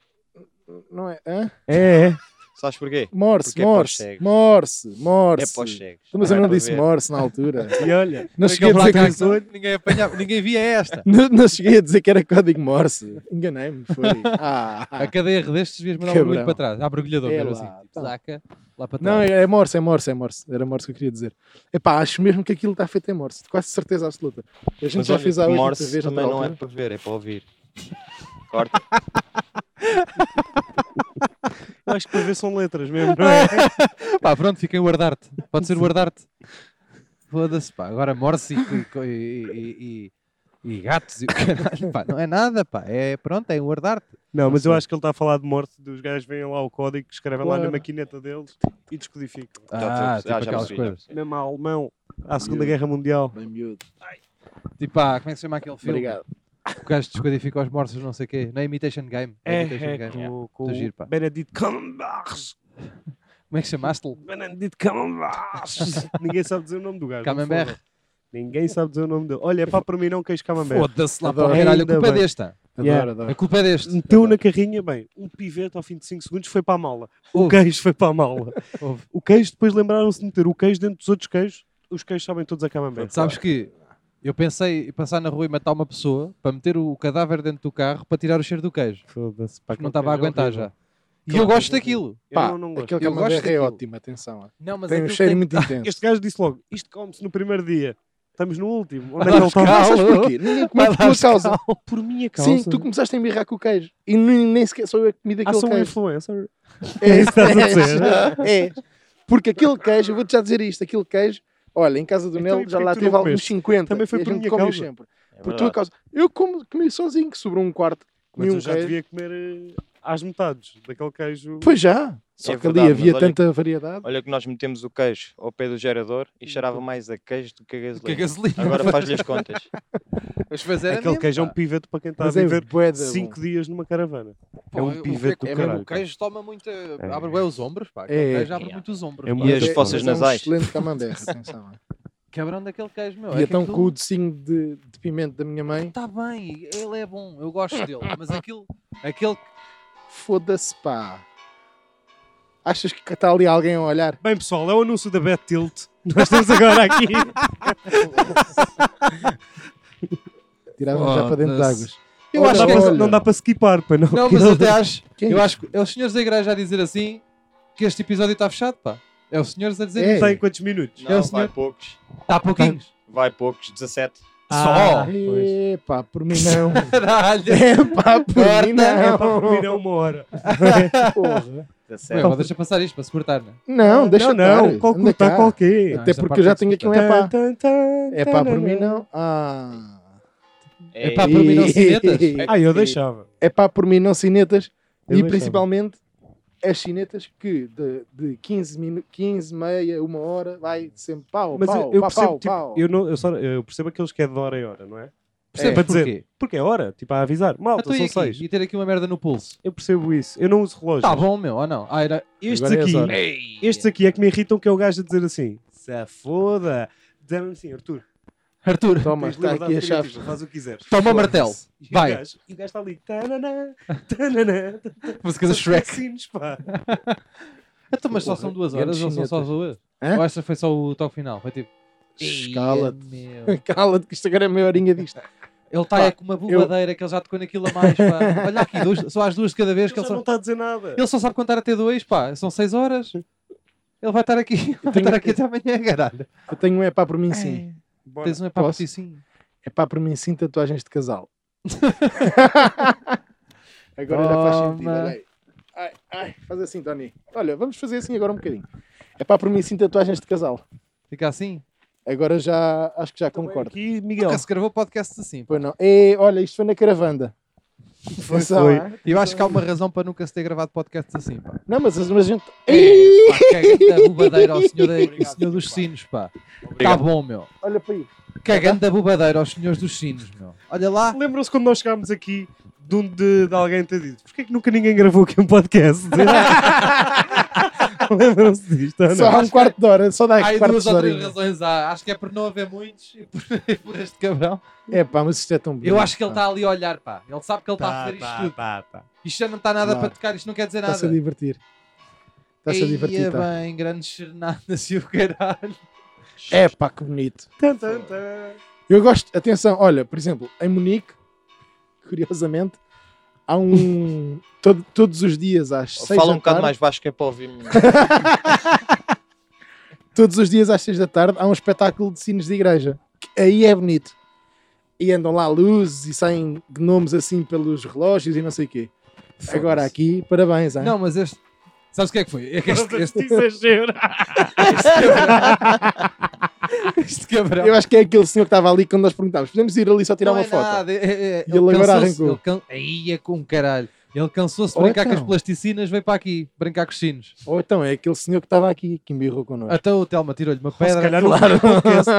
S4: Não é? Hã?
S3: É, é.
S5: Sabes porquê?
S4: Morse,
S5: Porque é para os
S4: morse,
S5: cegos.
S4: morse,
S5: É
S4: morse.
S5: para os cegos.
S4: Então, Mas
S5: não
S4: eu
S5: é
S4: não
S5: para
S4: disse
S5: ver. é
S4: Morse na altura.
S3: E olha,
S4: Não cheguei, a
S2: Aquele
S4: dizer que,
S2: placar que não- ninguém apanhava, ninguém via esta.
S4: não, não cheguei a dizer que era código Morse. Enganei-me, foi. Ah,
S2: A cada erro destes devias mandar um
S4: Cabrão.
S2: mergulho para trás. Há mergulhador,
S4: É
S2: era
S4: lá,
S2: assim. Tipo,
S4: tá.
S2: saca, lá para
S4: Não,
S2: trás.
S4: é Morse, é Morse, é Morse. Era Morse que eu queria dizer. Epá, acho mesmo que aquilo está feito em Morse. Quase certeza absoluta. A gente
S5: Mas
S4: já
S5: olha,
S4: fez há
S5: o
S4: outra
S5: Morse
S4: vez na
S5: também não é
S4: altura.
S5: para ver, é para ouvir. Corta.
S3: eu acho que para ver são letras mesmo, não é?
S2: Pá, pronto, fiquem o guardar-te. Pode ser o guardar-te. Foda-se, pá. Agora morse e, co- e, e- e- e gatos e o caralho, pá. Não é nada, pá. É pronto, é o guardar-te.
S3: Não, mas eu acho que ele está a falar de morte dos gajos veem lá o código, escrevem lá na
S4: Claro.
S3: maquineta deles e descodificam.
S2: Ah,
S5: percebi,
S2: tipo
S5: já
S2: aquelas
S5: percebi, já
S2: coisas.
S5: percebi.
S3: Mesmo a alemão, à Segunda Guerra Mundial.
S4: Bem miúdo.
S2: Tipo, ah, como é que se chama aquele filme?
S4: Obrigado.
S2: O gajo descodifica os mortos, não sei o quê. Na Imitation Game. Na
S3: É,
S2: Imitation
S3: é,
S2: Game.
S3: com, com
S2: Tá giro,
S3: o
S2: pá.
S3: Benedict Cumberbatch.
S2: Como é que chamaste-lhe?
S3: Bananito Camembert. Ninguém sabe dizer o nome do gajo.
S2: Camembert.
S3: foda. Ninguém sabe dizer o nome dele. Olha, é pá, para mim não queijo Camembert.
S2: Foda-se lá para
S4: Adoro.
S2: o caralho, a
S3: Ainda
S2: culpa é
S3: bem.
S2: desta.
S3: Yeah.
S4: Adoro,
S2: A
S4: adoro.
S2: culpa é deste.
S3: Meteu na carrinha, bem, um pivete ao fim de 5 segundos foi para a mala. O
S2: Ouve.
S3: queijo foi para a mala.
S2: Ouve.
S3: O queijo, depois lembraram-se de meter o queijo dentro dos outros queijos. Os queijos sabem todos a Camembert.
S2: Sabes que eu pensei em passar na rua e matar uma pessoa para meter o cadáver dentro do carro para tirar o cheiro do queijo.
S3: Foda-se, pá,
S2: Porque não
S3: aquele
S2: estava a
S3: queijo é
S2: aguentar
S3: horrível.
S2: já. E
S3: Aquele
S2: eu gosto
S3: queijo é
S2: daquilo.
S3: Eu
S4: Pá,
S3: não- não gosto.
S4: aquele
S2: Eu gosto
S4: camembert é
S2: daquilo.
S4: ótimo, atenção.
S2: Não, mas é
S4: Tem um
S2: aquilo
S4: cheiro
S2: tem-
S4: muito
S3: Este
S4: intenso.
S3: gajo disse logo: isto come-se no primeiro dia, estamos no último. Onde é que ele
S4: Mas
S3: está?
S4: sabes porquê? Ninguém comeu por tua causa.
S3: Por minha causa.
S4: Sim, tu começaste a embirrar com o queijo. E nem, nem sequer sou eu que comi
S3: Ah,
S4: daquele
S3: sou um
S4: queijo.
S3: influencer. É isso que estás a dizer.
S4: É, é. Porque aquele queijo, eu vou-te já dizer isto, aquele queijo, olha, em casa do
S3: Então, e
S4: Nel já
S3: porquê
S4: lá
S3: que tu não
S4: teve alguns
S3: comeste?
S4: 50.
S3: Também foi
S4: e a
S3: por
S4: gente
S3: minha
S4: come
S3: causa.
S4: sempre.
S5: É
S4: por tua
S5: verdade.
S4: causa. Eu como, comi sozinho, que sobrou um quarto.
S3: Ah. Mas
S4: Comi
S3: eu
S4: um
S3: já
S4: queijo.
S3: devia comer eh, às metades daquele queijo.
S4: Pois já. Só
S5: É
S4: que
S5: verdade,
S4: ali
S5: mas
S4: havia
S5: olha
S4: tanta variedade.
S5: Olha que nós metemos o queijo ao pé do gerador e cheirava mais a queijo do que a
S2: Que a
S5: gasolina.
S2: gasolina.
S5: Agora faz-lhe as contas.
S2: Mas fazer
S3: Aquele queijo é um pivete para quem está a
S4: Mas é
S3: viver
S4: bué da bom.
S3: 5 dias numa caravana. é um pivete do
S2: é
S3: caralho,
S2: mesmo, O
S3: cara.
S2: queijo toma muito. Abre bem os ombros, pá.
S4: É.
S2: Aquele queijo abre
S5: É.
S2: muito os ombros.
S3: É
S2: pá.
S3: muito-
S5: E as
S4: É- mas
S5: fossas
S4: é um
S5: nasais.
S4: excelente camembert, atenção.
S3: é
S2: Cabrão daquele queijo, meu. é
S4: E então
S2: que
S4: com o docinho de, de pimento da minha mãe,
S2: Está bem, ele é bom, eu gosto dele. Mas aquilo. Aquele.
S4: foda-se pá. Achas que está ali alguém a olhar?
S3: Bem, pessoal, é o anúncio da Bet Tilt. Nós estamos agora aqui.
S4: Tiravam já um para dentro de
S2: Foda-se.
S4: águas.
S2: Eu
S4: Olha,
S2: acho
S3: não,
S2: que
S3: dá
S2: é-
S3: para,
S4: olha.
S3: não dá para skipar, pá. Não,
S2: Não, mas até acho.
S4: Que é
S2: eu acho
S4: isto?
S2: que é os senhores da igreja a dizer assim que este episódio está fechado, pá. É os senhores a dizer "Tá
S4: É.
S2: isto.
S3: Tem quantos minutos?
S5: Não,
S2: senhor.
S5: vai poucos.
S3: É.
S2: Está a pouquinhos.
S5: Vai poucos. 17.
S2: Só.
S4: Ah.
S3: Pois.
S4: é, Epá, por mim não.
S2: Caralho.
S4: Epá, por mim
S3: É para
S4: não.
S3: comer a uma hora.
S4: Porra.
S5: 17.
S2: Meu,
S3: Então,
S2: vou deixar passar isto para se cortar, né?
S4: Não, deixa
S3: não, não.
S4: estar.
S3: Qual tá
S4: Anda
S3: está
S4: cá.
S3: qual que
S2: Não,
S4: Até
S2: esta
S4: porque
S2: parte
S4: eu já
S2: tem que
S3: é
S4: tenho
S2: se
S4: aqui um epá. Epá, por mim não. Ah.
S2: É pá, por mim não cinetas.
S3: Ah, eu deixava.
S4: Epá, por mim não cinetas.
S3: Eu
S4: E
S3: deixava.
S4: principalmente as cinetas que de, de 15, minu- 15, meia, uma hora, vai sempre pau,
S3: Mas
S4: pau,
S3: eu, eu
S4: pau,
S3: percebo,
S4: pau,
S3: tipo,
S4: pau.
S3: Eu, não, eu, só, eu percebo aqueles que é de hora em hora, não é?
S2: Percebes
S3: Para dizer,
S2: porquê?
S3: porque é hora, tipo, a avisar.
S2: Ah,
S3: Malta,
S2: tô
S3: são
S2: aqui
S3: seis. é.
S2: e ter aqui uma merda no pulso.
S3: Eu percebo isso. Eu não uso relógio.
S2: Está bom, meu, ou não? Ah, era...
S3: Estes
S4: Agora é
S3: aqui,
S4: as horas.
S3: estes aqui é que me irritam, que é o gajo a dizer assim, se foda. Diz-me assim, Arthur,
S2: Arthur,
S4: Toma,
S3: tens
S4: está
S3: liberdade
S4: aqui a chave.
S3: criativa, faz o que quiseres.
S2: Toma o
S3: Foda-se.
S2: martelo.
S3: E
S2: Vai.
S3: O gajo, e o gajo está ali, tananã, tananã,
S2: música do Shrek.
S3: Sinos, pá.
S2: Então, mas só são duas horas
S4: Grandes
S2: ou são só duas?
S4: chinetas. Hã?
S2: Ou esta foi só o toque final? Foi tipo...
S4: Escala-te.
S2: "Ia, meu."
S4: Cala-te que isto agora é meia horinha disto.
S2: Ele está é com uma bobadeira que ele já tocou naquilo a mais, pá. Olha aqui, dois- só às duas de cada vez
S3: Ele
S2: que
S3: já
S2: ele
S3: não
S2: só... tá-
S3: está a dizer nada.
S2: Ele só sabe contar até dois, pá. São seis horas. Ele vai estar aqui, vai
S4: tenho-
S2: estar aqui até amanhã, caralho.
S4: Eu tenho um epá por mim sim.
S3: Bora.
S2: Tens um epá para
S4: Posso?
S2: ti, sim.
S4: É pá, para mim, sim, tatuagens de casal. agora já faz sentido.
S2: Toma.
S4: Olha aí. Ai, ai, faz assim, Tony. Olha, vamos fazer assim agora um bocadinho. É pá, para mim, sim, tatuagens de casal.
S2: Fica assim.
S4: Agora já, acho que já
S3: Também
S4: concordo.
S3: Aqui, Miguel.
S2: Nunca se gravou podcast assim. pá.
S4: Pois não. E, olha, isto foi na caravanda. Atenção,
S3: foi.
S4: ah.
S2: E eu acho que há uma razão para nunca se ter gravado podcast assim, pá.
S4: Não, mas, mas a gente.
S2: É Pá, Cagando a bobadeira ao senhor, da- senhor dos sinos, pá. Está bom, meu.
S4: Olha para aí.
S2: Cagando a bobadeira aos senhores dos sinos, meu. Olha lá.
S3: Lembram-se quando nós chegámos aqui de, um de, de alguém ter dito porquê que nunca ninguém gravou aqui um podcast? Lembram-se disto? ou não?
S4: Só há um quarto de hora, só dá
S2: Há aí
S4: quarto
S2: duas
S4: de
S2: ou três
S4: hora.
S2: razões. Há. Acho que é por não haver muitos e por, e por este cabrão.
S4: É pá, mas isto é tão bonito.
S2: Eu acho que ele
S4: pá.
S2: está ali a olhar, pá. Ele sabe que ele está a fazer isto tudo.
S3: tá, tá.
S2: Isto já não está nada
S4: Claro.
S2: para tocar, isto não quer dizer tá nada.
S4: Está-se a divertir. Está-se a divertir. tá.
S2: Ia
S4: Está.
S2: bem, grandes chernadas e o caralho.
S4: É pá, que bonito.
S3: Tan, tan, tan.
S4: Eu gosto, atenção, olha, por exemplo, em Munique, curiosamente, há um. todo- todos os dias às 6 da
S5: Fala um bocado
S4: tarde,
S5: mais baixo que é para ouvir.
S4: Todos os dias às 6 da tarde há um espetáculo de sinos de igreja. que Aí é bonito. E andam lá luzes e saem gnomos assim pelos relógios e não sei o quê. Agora aqui, parabéns, hein?
S2: Não, mas este. Sabes o que é que foi? É que este, este,
S3: Exagero.
S2: este cabrão.
S4: Eu acho que é aquele senhor que estava ali quando nós perguntávamos: podemos ir ali só tirar
S2: não
S4: uma
S2: é
S4: foto?
S2: nada, é- é- é-
S4: E ele agora
S2: cansou-se,
S4: arrancou.
S2: ele can- Aí é com caralho. Ele cansou-se de
S4: Ou
S2: brincar com
S4: então.
S2: as plasticinas, veio para aqui brincar com os sinos.
S4: Ou então é aquele senhor que estava aqui que embirrou connosco.
S2: Até o Telma tirou-lhe uma
S3: Se
S2: pedra.
S3: calhar não tem podcast.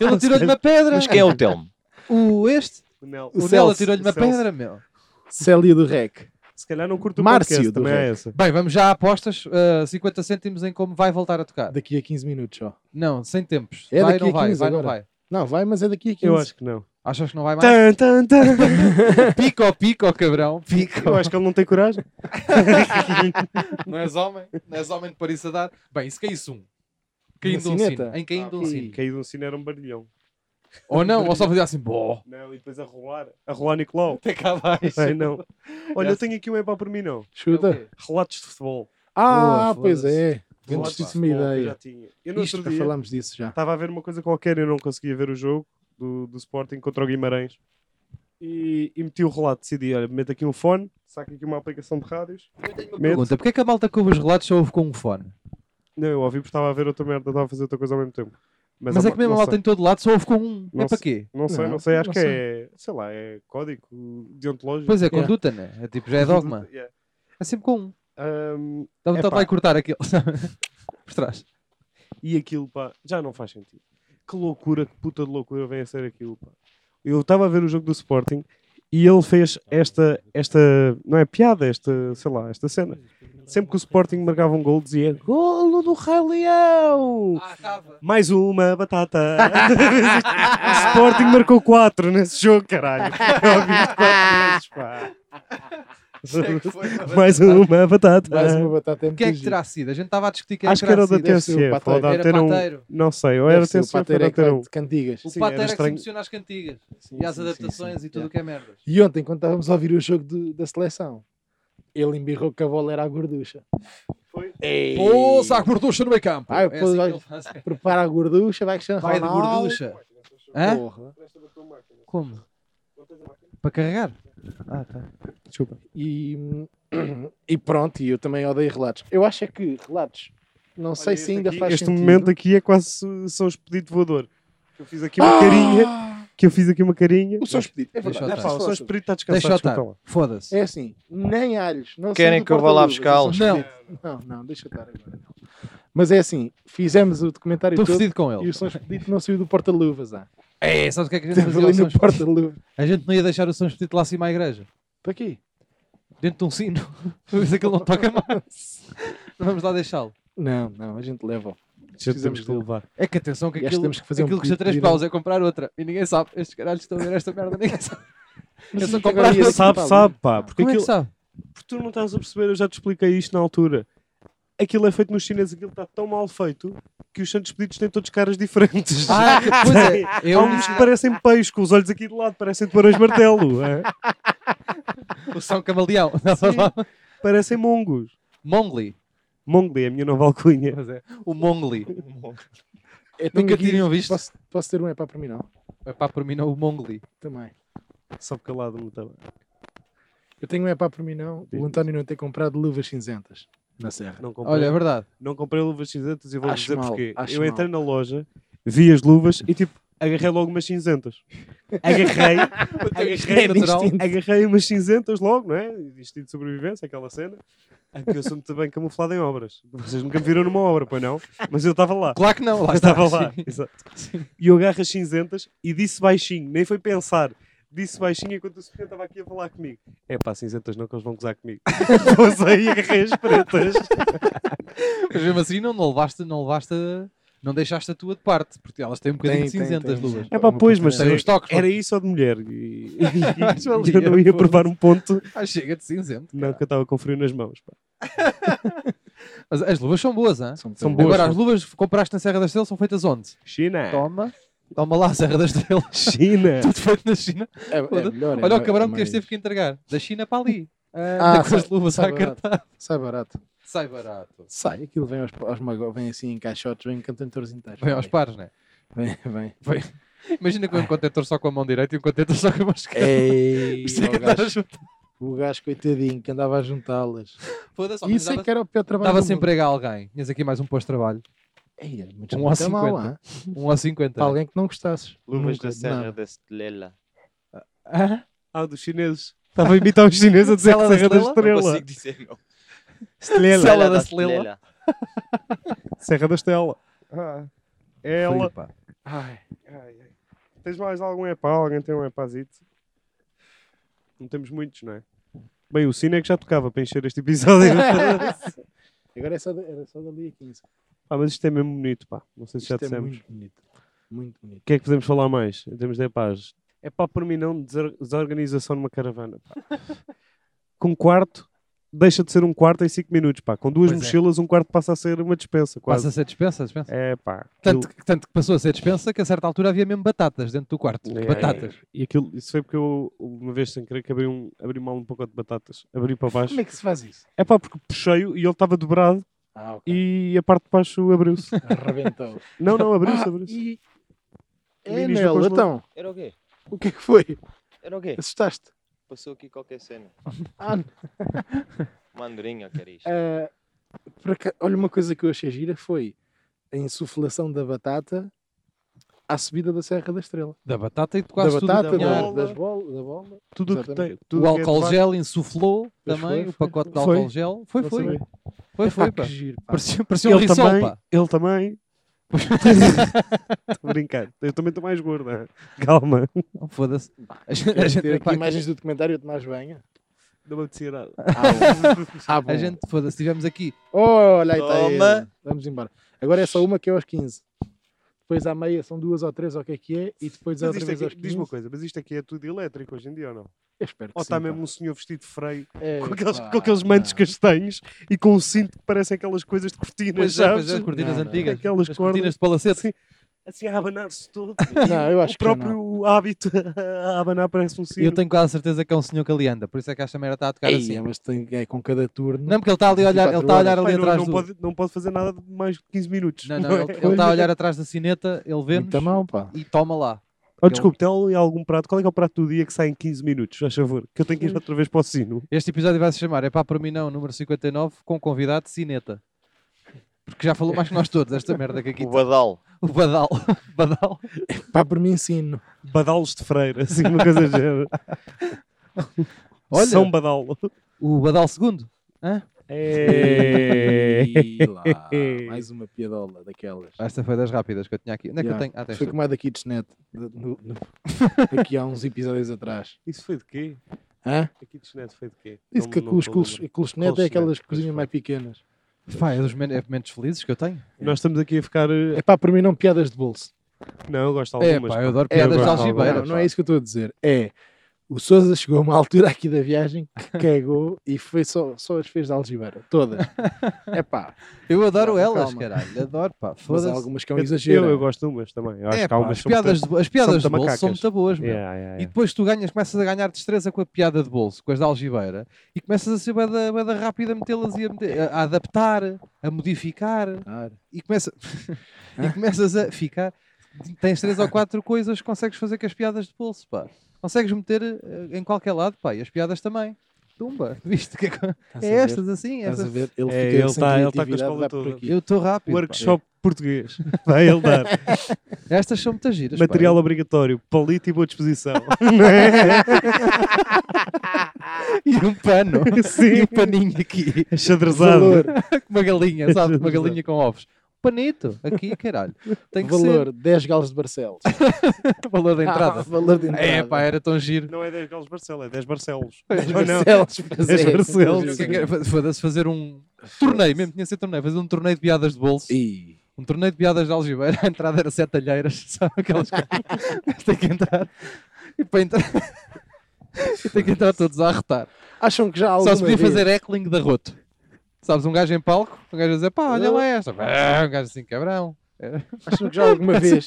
S2: Ele tirou-lhe uma pedra.
S5: Mas quem é o Telmo?
S2: O este?
S3: O Nel.
S2: O,
S4: O
S2: Nela
S4: Celso,
S2: tirou-lhe
S3: o
S2: uma
S3: Celso.
S2: pedra, meu.
S4: Célia do Rec.
S3: Se calhar não curto o
S4: Márcio
S3: podcast,
S4: do
S3: também é
S4: Rec.
S3: essa.
S2: Bem, vamos já a apostas. ah, 50 cêntimos em como vai voltar a tocar.
S4: Daqui a 15 minutos só.
S2: Não, sem tempos.
S4: É
S2: vai,
S4: daqui
S2: não
S4: a
S2: vai,
S4: 15
S2: vai, não
S4: agora.
S2: vai.
S4: Não, vai, mas é daqui a 15.
S3: Eu acho que não.
S2: Achas que não vai mais?
S3: Tan, tan, tan.
S2: Pica ou pica, ó cabrão. Pica.
S3: Eu acho que ele não tem coragem.
S2: Não és homem? Não és homem de Paris a dar? Bem, isso caísse um. Caindo um
S4: sineta?
S2: sino. Em caindo um
S4: ok.
S2: sino.
S3: Caído um sino era um barulhão.
S2: Ou não, ou só fazia assim, bó.
S3: Não, e depois a rolar. A rolar Nicolau.
S2: Até cá baixo.
S3: Ai, não. Olha, eu tenho aqui um epá por mim, não.
S4: Chuta.
S3: Relatos de futebol.
S2: Boa,
S4: ah, pois
S2: foda-se.
S4: é.
S2: Relatos de
S4: Grandíssima
S3: Futebol, que eu já
S4: ideia.
S3: tinha. Eu no
S4: Isto,
S3: outro
S4: já
S3: dia
S4: falámos disso já.
S3: estava a ver uma coisa qualquer e eu não conseguia ver o jogo do, do Sporting contra o Guimarães. E, e meti o relato. Decidi, olha, meto aqui um fone, saco aqui uma aplicação de rádios. meto-
S2: Pergunta, porquê é que a malta que ouve os relatos só ouve com um fone?
S3: Não, eu ouvi porque estava a ver outra merda, estava a fazer outra coisa ao mesmo tempo.
S2: Mas,
S3: há
S2: é que
S3: uma-
S2: mesmo a
S3: não
S2: malta
S3: sei.
S2: em todo lado só ouve com um.
S3: Não
S2: é para quê?
S3: Não sei, não,
S4: Não,
S3: sei, acho
S4: não
S3: que
S4: sei.
S3: é, sei lá, é código deontológico.
S2: Pois é,
S4: Yeah.
S2: conduta, né? É tipo, já é dogma.
S3: Yeah.
S2: É sempre com um.
S3: Ahm,
S2: Dá
S3: Epá.
S2: vontade de lá e cortar aquilo. sabe? Por trás.
S3: e aquilo, pá, já não faz sentido. Que loucura, que puta de loucura vem a ser aquilo, pá. Eu estava a ver o jogo do Sporting e ele fez esta, esta, não é piada, esta, sei lá, esta cena. Sempre que o Sporting marcava um gol, dizia Golo do Rei Leão!
S2: Ah, estava.
S3: Mais uma batata. o Sporting marcou 4 nesse jogo, caralho. Eu ouvi 4 vezes, pá. Mais é uma batata.
S4: Mais uma batata MTG.
S2: Quem é que terá sido? A gente estava a discutir quem é que
S3: Acho que
S2: terá
S3: era o da
S2: sido.
S4: Deve ser o
S3: TSF. Ou da
S2: Pateiro.
S3: Antena
S2: Era
S3: 1.
S2: Pateiro.
S3: Não sei, ou
S4: Deve
S3: era um.
S4: ser o
S3: TSF ou da
S4: Pateiro é que
S3: Antena 1.
S4: vai de cantigas.
S2: O
S3: Sim,
S2: Pato
S3: era
S2: era que se
S3: estranho.
S2: emociona às cantigas
S3: Sim,
S2: e às
S3: sim, sim,
S2: adaptações
S3: sim.
S2: e tudo o que é merda.
S4: E ontem, quando estávamos a ouvir o jogo do- da seleção, ele embirrou que a bola era a gorducha. Ei.
S2: saco a gorducha no meio campo!
S4: Ai,
S2: é
S4: pô,
S2: assim que
S4: vai-
S2: ele faz.
S4: Prepara a gorducha, vai Cristiano
S2: Vai de
S4: Ronaldo.
S2: gorducha! Hã?
S4: Porra.
S2: Como? Para carregar? Ah, tá.
S3: Desculpa.
S4: E, e pronto, e eu também odeio relatos. Eu acho é que relatos, não sei se
S3: este
S4: ainda
S3: aqui-
S4: faz
S3: Este
S4: sentido.
S3: momento aqui é quase so- sou expedito voador. Que eu fiz aqui
S2: Ah!
S3: uma carinha.
S4: Ah,
S3: Que eu fiz aqui uma carinha.
S4: O seu espírito, é
S2: Deixa eu estar.
S4: verdade.
S3: Ah, pá, o
S4: Só
S3: seu
S4: assim.
S3: espírito está
S2: Deixa eu
S3: descansado.
S2: estar.
S3: desculpa lá.
S2: Foda-se.
S4: É assim, nem alhos. Não
S5: Querem
S4: saindo do
S5: que eu vá lá
S4: porta-luvas,
S5: buscá-los?
S4: é só um espírito. Não, não, deixa eu estar agora. não. Mas é assim, fizemos o documentário
S2: Estou
S4: todo
S2: fedido com
S4: então, e
S2: ele.
S4: o São Expedito não saiu do porta-luvas. Ah.
S2: É, sabes o que é que a gente
S4: Esteve
S2: fazia ao
S4: ali
S2: São
S4: no
S2: Expedito?
S4: porta-luvas.
S2: A gente não ia deixar o São Expedito lá acima à igreja.
S4: Está aqui.
S2: Dentro de um sino. Para ver se aquilo não toca mais. Não vamos lá deixá-lo.
S4: Não, não, a gente leva.
S3: Já temos
S4: Precisamos
S3: que
S4: dele.
S3: levar.
S2: É que atenção que
S4: E acho que
S2: aquilo,
S4: temos que fazer um
S2: aquilo custa
S4: pedido
S2: 3
S4: de
S2: paus é comprar outra. E ninguém sabe. Estes caralhos estão a ver esta merda, ninguém sabe. Eu só
S4: Mas agora
S2: comprava-
S4: ia daqui
S3: Sabe,
S4: para
S3: sabe,
S4: ali.
S3: pá. Porque
S2: Como é que
S3: aquilo,
S2: sabe?
S3: porque tu não estás a perceber, eu já te expliquei isto na altura. Aquilo é feito nos chineses, aquilo está tão mal feito que os santos pedidos têm todos caras diferentes.
S2: Ah, pois é. Eu,
S3: Há uns que parecem peixe, com os olhos aqui de lado, parecem tubarões martelo. é?
S2: o São Camaleão.
S3: Sim. Parecem mongos.
S2: Mongli.
S3: Mongli, é a minha nova alcunha. é
S2: O Mongli.
S4: Eu tenho
S2: Nunca
S4: aqui-
S2: tinham visto.
S4: Posso, posso ter um epá para mim, não?
S2: É pá, por mim não, o Mongli.
S4: Também.
S3: Só calado-me também.
S4: Eu tenho um epá para mim, não?
S3: Diz-me.
S4: O António não ter comprado luvas cinzentas na Serra.
S3: Não comprei,
S2: Olha, é verdade.
S3: não comprei luvas cinzentas e vou
S4: Acho
S3: dizer
S4: mal,
S3: porquê.
S4: acho
S3: Eu entrei na loja, vi as luvas e tipo, agarrei logo umas cinzentas. Agarrei,
S4: É
S3: agarrei,
S2: natural.
S3: agarrei umas cinzentas logo, não é? Instinto de sobrevivência, aquela cena. Ah, que Eu sou muito bem camuflado em obras. Vocês nunca me viram numa obra, pois não? Mas eu estava lá.
S2: Claro que não, lá
S3: Eu
S2: está.
S3: estava lá.
S2: Sim.
S3: Exato. E eu agarro as cinzentas e disse baixinho, nem foi pensar. Disse baixinho enquanto o senhor estava aqui a falar comigo. É pá, cinzentas não, que eles vão gozar comigo. Pousei e agarrei as pretas.
S2: Mas mesmo assim não, não levaste, não levaste, não deixaste a tua de parte, porque elas têm um bocadinho
S4: Tem,
S2: de
S4: tem,
S2: cinzentas
S4: tem.
S2: luvas.
S3: É pá,
S4: Uma
S3: pois, mas
S2: Tem os toques. é?
S3: era isso ou de mulher. E,
S2: Mais
S3: e
S2: valia,
S3: eu não ia provar um ponto.
S2: Ah, chega de cinzento.
S3: Não, que eu estava com frio nas mãos. Pá.
S2: Mas as luvas são boas, hã?
S3: São
S4: muito
S3: boas.
S2: Agora, as luvas que compraste na Serra da Estrela são feitas onde?
S3: China!
S2: Toma. Toma lá a Serra da Estrela.
S3: China!
S2: Tudo feito na China.
S4: É, é melhor, é
S2: Olha o
S4: ma-
S2: cabrão
S4: é
S2: que este
S4: mais-
S2: teve que entregar. Da China para ali.
S4: Ah,
S2: Ah, com as
S4: sai-
S2: luvas
S4: sai
S2: à
S4: barato.
S2: cartaz.
S4: Sai barato.
S2: Sai barato.
S4: Sai, aquilo vem aos, aos mago- vem assim em caixotes, vem em contentores inteiros.
S2: Vem aos pares, né?
S4: Vem, vem.
S2: Imagina com um contentor só com a mão direita e um contentor só com a mão esquerda.
S4: Ei,
S2: Isto é que
S4: o,
S2: andar a
S4: gajo,
S2: juntar.
S4: o gajo coitadinho que andava a juntá-las.
S2: Foda-se,
S4: Isso é
S2: dava-
S4: que era o pior trabalho.
S2: dava
S4: do
S2: sempre a alguém. Tinhas aqui mais um pós-trabalho.
S4: mundo. Ei, era muito,
S2: Um
S4: muito
S2: ao
S4: mal,
S2: 50.
S4: hã?
S2: Um a 50.
S4: Para alguém que não gostasses.
S5: Luvas
S4: Nunca,
S5: da
S4: de
S5: Serra
S4: nada.
S5: da Estrela.
S2: Hã?
S3: Ah, dos chineses. Estava a imitar os chineses a dizer
S2: Sela
S3: que
S2: da
S3: Serra da
S2: Estrela?
S5: Não
S3: Estrela.
S5: consigo dizer, meu.
S3: Estrela.
S2: Sela da Estrela.
S3: Serra da Estrela.
S2: Ah. Frio,
S3: Ela.
S2: pá.
S3: Ai, ai, ai. Tens mais algum epá? Alguém tem um epazito? Não temos muitos, não é? Bem, o sino é que já tocava para encher este episódio.
S4: Agora é só, da- era só dali a 15.
S3: Pá, mas isto é mesmo bonito, pá. Não sei se já
S4: Isto é
S3: dissemos.
S4: muito bonito. Muito bonito.
S3: O que é que podemos falar mais em termos de paz? É pá, por mim não, desor- desorganização numa caravana. Pá. Com um quarto, deixa de ser um quarto em 5 minutos, pá. Com duas
S2: Pois é.
S3: mochilas, um quarto passa a ser uma
S2: Passa
S3: dispensa, quase.
S2: a ser dispensa, dispensa.
S3: É pá.
S2: Tanto, que- tanto que passou a ser dispensa que a certa altura havia mesmo batatas dentro do quarto.
S3: aquilo-
S2: Batatas.
S3: E aquilo, isso foi porque eu, uma vez sem querer, que abri, um, abri mal um pacote de batatas. Abri para baixo.
S4: Como é que se faz isso?
S3: É pá, porque puxei-o e ele estava dobrado
S4: Ah, ok.
S3: e a parte de baixo abriu-se.
S4: Arrebentou.
S3: não, não, abriu-se,
S4: Ah,
S3: abriu-se.
S4: e... É,
S3: Ministro
S4: Nel,
S3: congelou.
S4: então,
S5: Era o quê?
S4: o que é que foi?
S5: Era o quê?
S4: Assustaste?
S5: Passou aqui qualquer cena.
S4: Ah,
S5: Mandarinha, que era isto.
S4: Ah, por aca- olha, uma coisa que eu achei gira foi a insuflação da batata à subida da Serra da Estrela.
S2: Da batata e de quase
S4: da
S2: tudo.
S4: batata,
S2: a
S4: da-
S2: apanhar.
S3: bola.
S4: das bol- da bola.
S3: Tudo o que
S4: Exatamente.
S3: tem. tudo
S2: o
S3: que é de
S2: álcool
S3: baixo-
S2: gel insuflou
S4: Pois
S2: também,
S4: foi,
S2: o pacote de
S4: foi. É
S2: álcool gel. Foi,
S4: Não
S2: foi.
S4: sabia.
S2: Foi,
S4: Epá,
S2: foi, pá.
S4: que giro, pá.
S2: Parecia, parecia um
S3: Ele
S2: risol,
S3: também,
S2: pá.
S3: ele também. Estou brincando. Eu também estou mais gorda. Calma.
S2: Oh, Foda-se. A gente- a
S4: Queres ter
S2: gente-
S4: aqui
S2: pá,
S4: imagens do documentário de Tomás Banha?
S3: Não me apetecia nada.
S2: é.
S4: Ah, bom.
S2: A gente, foda-se, tivemos aqui.
S4: Olha, aí está
S5: Toma.
S4: ele. Vamos embora. Agora é só uma que é aos 15. Depois à meia são duas ou três, ou o que é que é? E depois é
S3: Mas
S4: outra
S3: isto
S4: vez aos
S3: aqui,
S4: 15.
S3: diz uma coisa, mas isto aqui é tudo elétrico hoje em dia ou não?
S4: Eu espero que
S3: Ou
S4: sim,
S3: está
S4: pá.
S3: mesmo um senhor vestido de freio
S4: É,
S3: com aqueles,
S4: pá,
S3: com aqueles mantos
S4: não.
S3: castanhos e com um cinto que parecem aquelas coisas de cortinas,
S2: Pois é,
S3: sabes?
S2: pois é, as cortinas
S4: Não, não.
S2: antigas.
S3: Aquelas
S2: As
S3: cordas.
S2: cortinas de palacete.
S3: Sim. Assim a abanar-se todo.
S4: Não, eu acho
S3: o
S4: que
S3: próprio
S4: não.
S3: hábito a abanar parece um sino.
S2: Eu tenho quase certeza que é um senhor que ali anda, por isso é que esta merda está a tocar
S4: Ei,
S2: assim.
S4: mas tem, é com cada turno.
S2: Não, porque ele está ali a olhar, ele está a olhar ali
S3: Pai, não,
S2: atrás
S3: não
S2: do.
S3: pode, não pode fazer nada de mais de 15 minutos.
S2: Não, não, ele
S3: é?
S2: ele está a olhar atrás da cineta, ele vê-nos
S4: Muito mal, pá.
S2: e toma lá.
S3: Oh, desculpe, tem ali algum prato? Qual é que é o prato do dia que sai em 15 minutos? Faz favor, que eu tenho que ir outra vez para o sino.
S2: Este episódio vai se chamar É pá, por mim não, número 59, com um convidado Cineta. Porque já falou mais que nós todos esta merda que aqui
S5: O badal.
S2: O Badal. Badal.
S4: Pá, por mim ensino.
S3: Badalos de freira, assim uma coisa do género.
S2: Olha.
S3: São Badalo.
S2: O Badal segundo. É.
S4: E lá, mais uma piadola daquelas.
S2: Esta foi das rápidas que eu tinha aqui. Onde é que
S4: Yeah.
S2: eu tenho? Ah, tens
S4: Foi
S2: tu.
S4: como a da Kitchenet, de- no- no- aqui há uns episódios atrás.
S3: Isso foi de quê?
S4: Hã?
S3: Aqui de Chineto foi de quê?
S4: Disse
S3: Não-
S4: que
S3: não
S4: os
S3: estou a
S4: colch-
S3: lembrar.
S4: colchonetes é
S3: Colchonete,
S4: aquelas
S3: pois
S4: cozinhas
S3: foi.
S4: mais pequenas.
S2: Pá, é dos men- é momentos felizes que eu tenho.
S3: Nós estamos aqui a ficar. eh,
S4: É pá, por mim não piadas de bolso.
S3: Não, eu gosto de
S2: É,
S3: algumas.
S2: pá,
S3: pá.
S2: eu adoro
S4: É,
S2: piadas de
S3: pá,
S2: algibeira.
S4: não, não é isso que eu estou a dizer. É, o Sousa chegou a uma altura aqui da viagem que cagou e foi só, só as fez de algibeira. Todas. É pá,
S2: Eu adoro
S4: Calma,
S2: elas,
S4: calma.
S2: caralho. Adoro, pá.
S4: mas há
S2: Foda-se.
S4: algumas que é um
S3: Eu-
S4: exagero.
S3: Eu, eu gosto de umas também. Eu acho
S2: É,
S3: que
S2: pá,
S3: há umas
S2: as piadas de, as piadas de
S3: são muito
S2: bolso são
S3: macacas.
S2: muito boas, meu.
S3: Yeah, yeah,
S2: E
S3: yeah.
S2: depois tu ganhas, começas a ganhar destreza com a piada de bolso, com as da algibeira, e começas a ser bada, bada rápida a metê-las e a, meter- a- a adaptar, a modificar,
S4: Ah,
S2: e, começa, e começas a ficar. Tens três ou quatro coisas que consegues fazer com as piadas de bolso, pá. Consegues meter eh, em qualquer lado, pá, e as piadas também. Tumba, viste? Que é co-
S4: estás a
S2: é
S4: ver?
S2: estas assim,
S4: Estás a
S2: estas.
S4: ver? Ele
S3: É,
S4: fica
S3: ele
S4: sem
S3: tá- ele tá com a
S4: criatividade,
S3: escola
S4: vai por
S3: toda.
S4: aqui.
S2: Eu estou rápido. pá.
S3: Workshop português. Vai ele dar.
S2: Estas são muitas giras. pá.
S3: Material obrigatório. Palito e boa disposição.
S2: E um pano.
S3: Sim.
S2: E um paninho aqui.
S3: Xadrezado.
S4: Valor,
S2: Uma galinha, sabe? Uma galinha com ovos. Panito, aqui, caralho. Tem que
S4: valor 10 galos de Barcelos.
S2: ser. Valor da
S4: Ah,
S2: entrada.
S4: valor de entrada.
S2: É, pá, era tão giro.
S3: Não é 10 galos Barcelos, é 10 Barcelos.
S4: Dez
S3: Ou não?
S4: Barcelos, pois
S3: Dez
S4: é.
S3: Barcelos.
S2: Que- que- Foda-se fazer um torneio, mesmo tinha de ser torneio, fazer um torneio de piadas de bolso,
S4: E
S2: um torneio de piadas de algibeira, a entrada era sete alheiras, sabe aquelas coisas. Mas tem que entrar. E para entrar. E tem que entrar todos a arretar.
S4: acham que já há
S2: Só
S4: alguma
S2: se podia
S4: vez-
S2: fazer heckling de roto. Sabes, um gajo em palco, um gajo a dizer, pá, olha lá esta. Ah, Um gajo assim, cabrão.
S4: acham que já alguma vez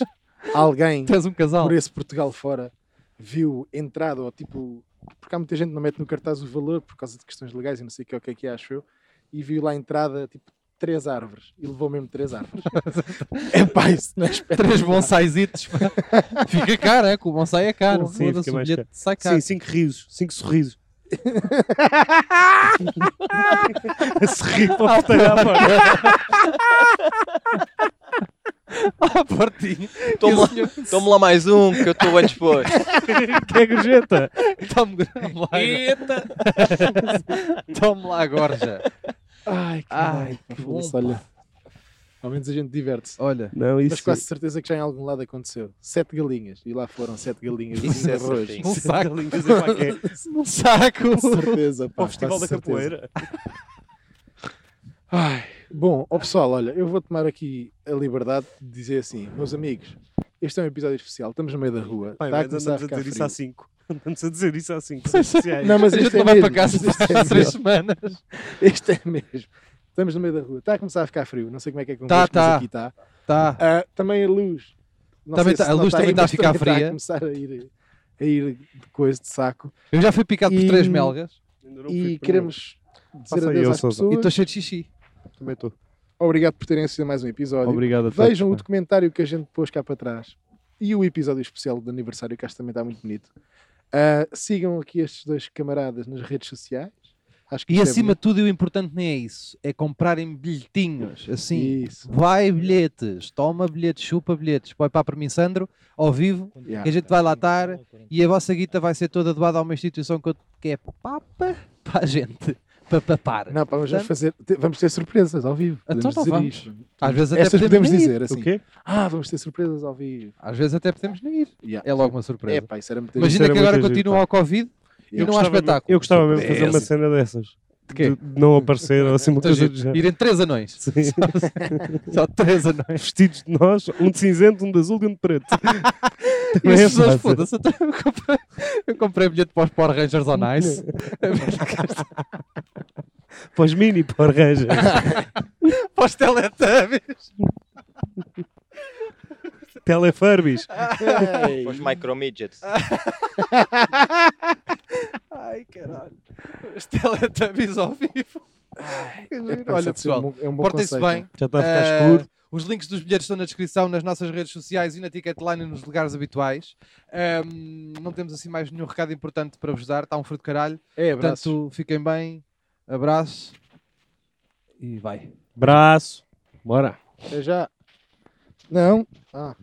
S4: alguém
S2: Tens um casal.
S4: por esse Portugal fora viu entrada ou tipo, porque há muita gente que não mete no cartaz o valor por causa de questões legais e não sei o que é o que é que é, acho eu, e viu lá a entrada tipo três árvores e levou mesmo três árvores. é pá, isso não é
S2: Três bonsaizitos. pá. Fica caro, é? Que o bonsai é caro.
S3: Sim,
S2: Foda-se,
S3: fica
S2: o
S3: mais
S2: bilhete
S3: caro.
S2: sai
S4: É
S3: Sim,
S2: caro.
S3: 5 risos, 5 sorrisos. a sorrir para a porteira à porta.
S2: Ah, portinho.
S5: Toma,
S2: E o senhor-
S5: toma lá mais um, que eu estou bem disposto.
S3: Que é gorjeta?
S2: Tome lá agora. Tome lá agora já.
S4: Ai, que,
S2: Ai,
S4: bom,
S2: que
S4: foda-se,
S2: bom,
S4: olha. Ao menos a gente diverte-se.
S6: Olha,
S3: Não,
S4: Mas
S3: isso. é
S4: quase certeza que já em algum lado aconteceu. Sete galinhas. E lá foram sete galinhas de
S5: Isso é
S4: arroz.
S5: certinho.
S2: Um saco.
S3: Ao
S2: Um saco.
S4: certeza, pá.
S3: Festival
S4: quase
S3: da
S4: certeza.
S3: Capoeira.
S4: Ai, bom, ó pessoal, olha, eu vou tomar aqui a liberdade de dizer assim, meus amigos, este é um episódio especial, estamos no meio da rua,
S3: Pai,
S4: está a
S3: mas
S4: começar a
S3: andamos a
S4: ficar
S3: dizer isso assim.
S4: frio.
S3: há 5. Andamos a dizer isso há 5.
S4: Não, mas
S2: a gente
S4: este
S2: não
S4: é
S2: vai
S4: mesmo,
S2: para casa
S4: este é
S2: desde três
S4: mesmo,
S2: semanas.
S4: este é mesmo. Estamos no meio da rua, está a começar a ficar frio, não sei como é que é que
S2: Tá, tá.
S4: aqui está.
S2: Tá.
S4: Ah, também a luz. Não
S2: Também
S4: sei
S2: tá-
S4: se
S2: a luz
S4: notarem,
S2: também tá a
S4: mas
S2: ficar
S4: também tá
S2: fria.
S4: começar a ir, a ir de coisa de saco.
S2: Eu já fui picado por
S4: E-
S2: três melgas
S4: e queremos dizer
S3: Passa aí,
S4: adeus
S3: eu
S4: às
S3: sou-
S2: e
S4: pessoas.
S2: estou cheio de xixi.
S3: Também estou.
S4: Obrigado por terem assistido a mais um episódio.
S3: Obrigado a todos.
S4: Vejam o documentário que a gente pôs cá para trás e o episódio especial de aniversário, que acho que também está muito bonito. Ah, sigam aqui estes dois camaradas nas redes sociais. Acho que
S2: E
S4: isto é
S2: acima
S4: bonito.
S2: de tudo, o importante nem é isso. É comprarem bilhetinhos. Assim.
S4: Isso.
S2: Vai bilhetes, toma bilhetes, chupa bilhetes, põe para a Permissandro, ao vivo, que
S4: Yeah.
S2: a gente vai lá estar e a vossa guita vai ser toda doada a uma instituição que, eu- que é papa para a gente, para papar.
S4: Não, pá, mas vamos fazer. te- Vamos ter surpresas ao vivo.
S2: Então,
S4: Podemos
S2: não
S4: dizer
S2: vamos.
S4: isto.
S2: Às vezes até
S4: Estas podemos
S2: nem ir.
S4: dizer assim.
S3: O quê?
S4: Ah, vamos ter surpresas ao vivo.
S2: Às vezes até podemos nem ir.
S4: Yeah.
S2: É logo uma
S4: É
S2: surpresa.
S4: pá, isso era muito
S3: Mas-
S2: Imagina
S3: Isso era
S2: que agora
S3: muito giro,
S2: continua
S3: pá.
S2: o Covid e
S4: Eu
S2: não há espetáculo.
S3: Eu gostava mesmo de fazer uma
S2: Surpresa.
S3: cena dessas.
S2: De quê?
S3: De não aparecer ou assim uma
S2: Então,
S3: coisa do género.
S2: Irem três anões.
S3: Sim.
S2: Só três anões.
S3: Vestidos de nós, um de cinzento, um de azul e um de preto.
S2: E
S3: Também
S2: as
S3: é
S2: pessoas,
S3: fácil.
S2: foda-se, até eu comprei, eu comprei bilhete para os Power Rangers on Ice.
S3: Para os mini Power Rangers.
S2: para os Teletubbies.
S3: Telefurbies.
S5: Para os micro midgets.
S2: Ai, caralho. Os Teletubbies ao vivo.
S4: É pá, isso é
S2: Olha,
S4: um
S2: pessoal,
S4: bom- é um bom
S2: portem-se
S4: conceito.
S2: bem.
S3: Já está a ficar
S2: Eh,
S3: escuro.
S2: Os links dos bilhetes estão na descrição, nas nossas redes sociais e na Ticketline e nos lugares habituais. Ahm, não temos assim mais nenhum recado importante para vos dar. Está um frio de caralho.
S4: É, abraço.
S2: Portanto, fiquem bem. Abraço. E vai.
S3: Braço. Bora.
S4: Até já. Não. Ah.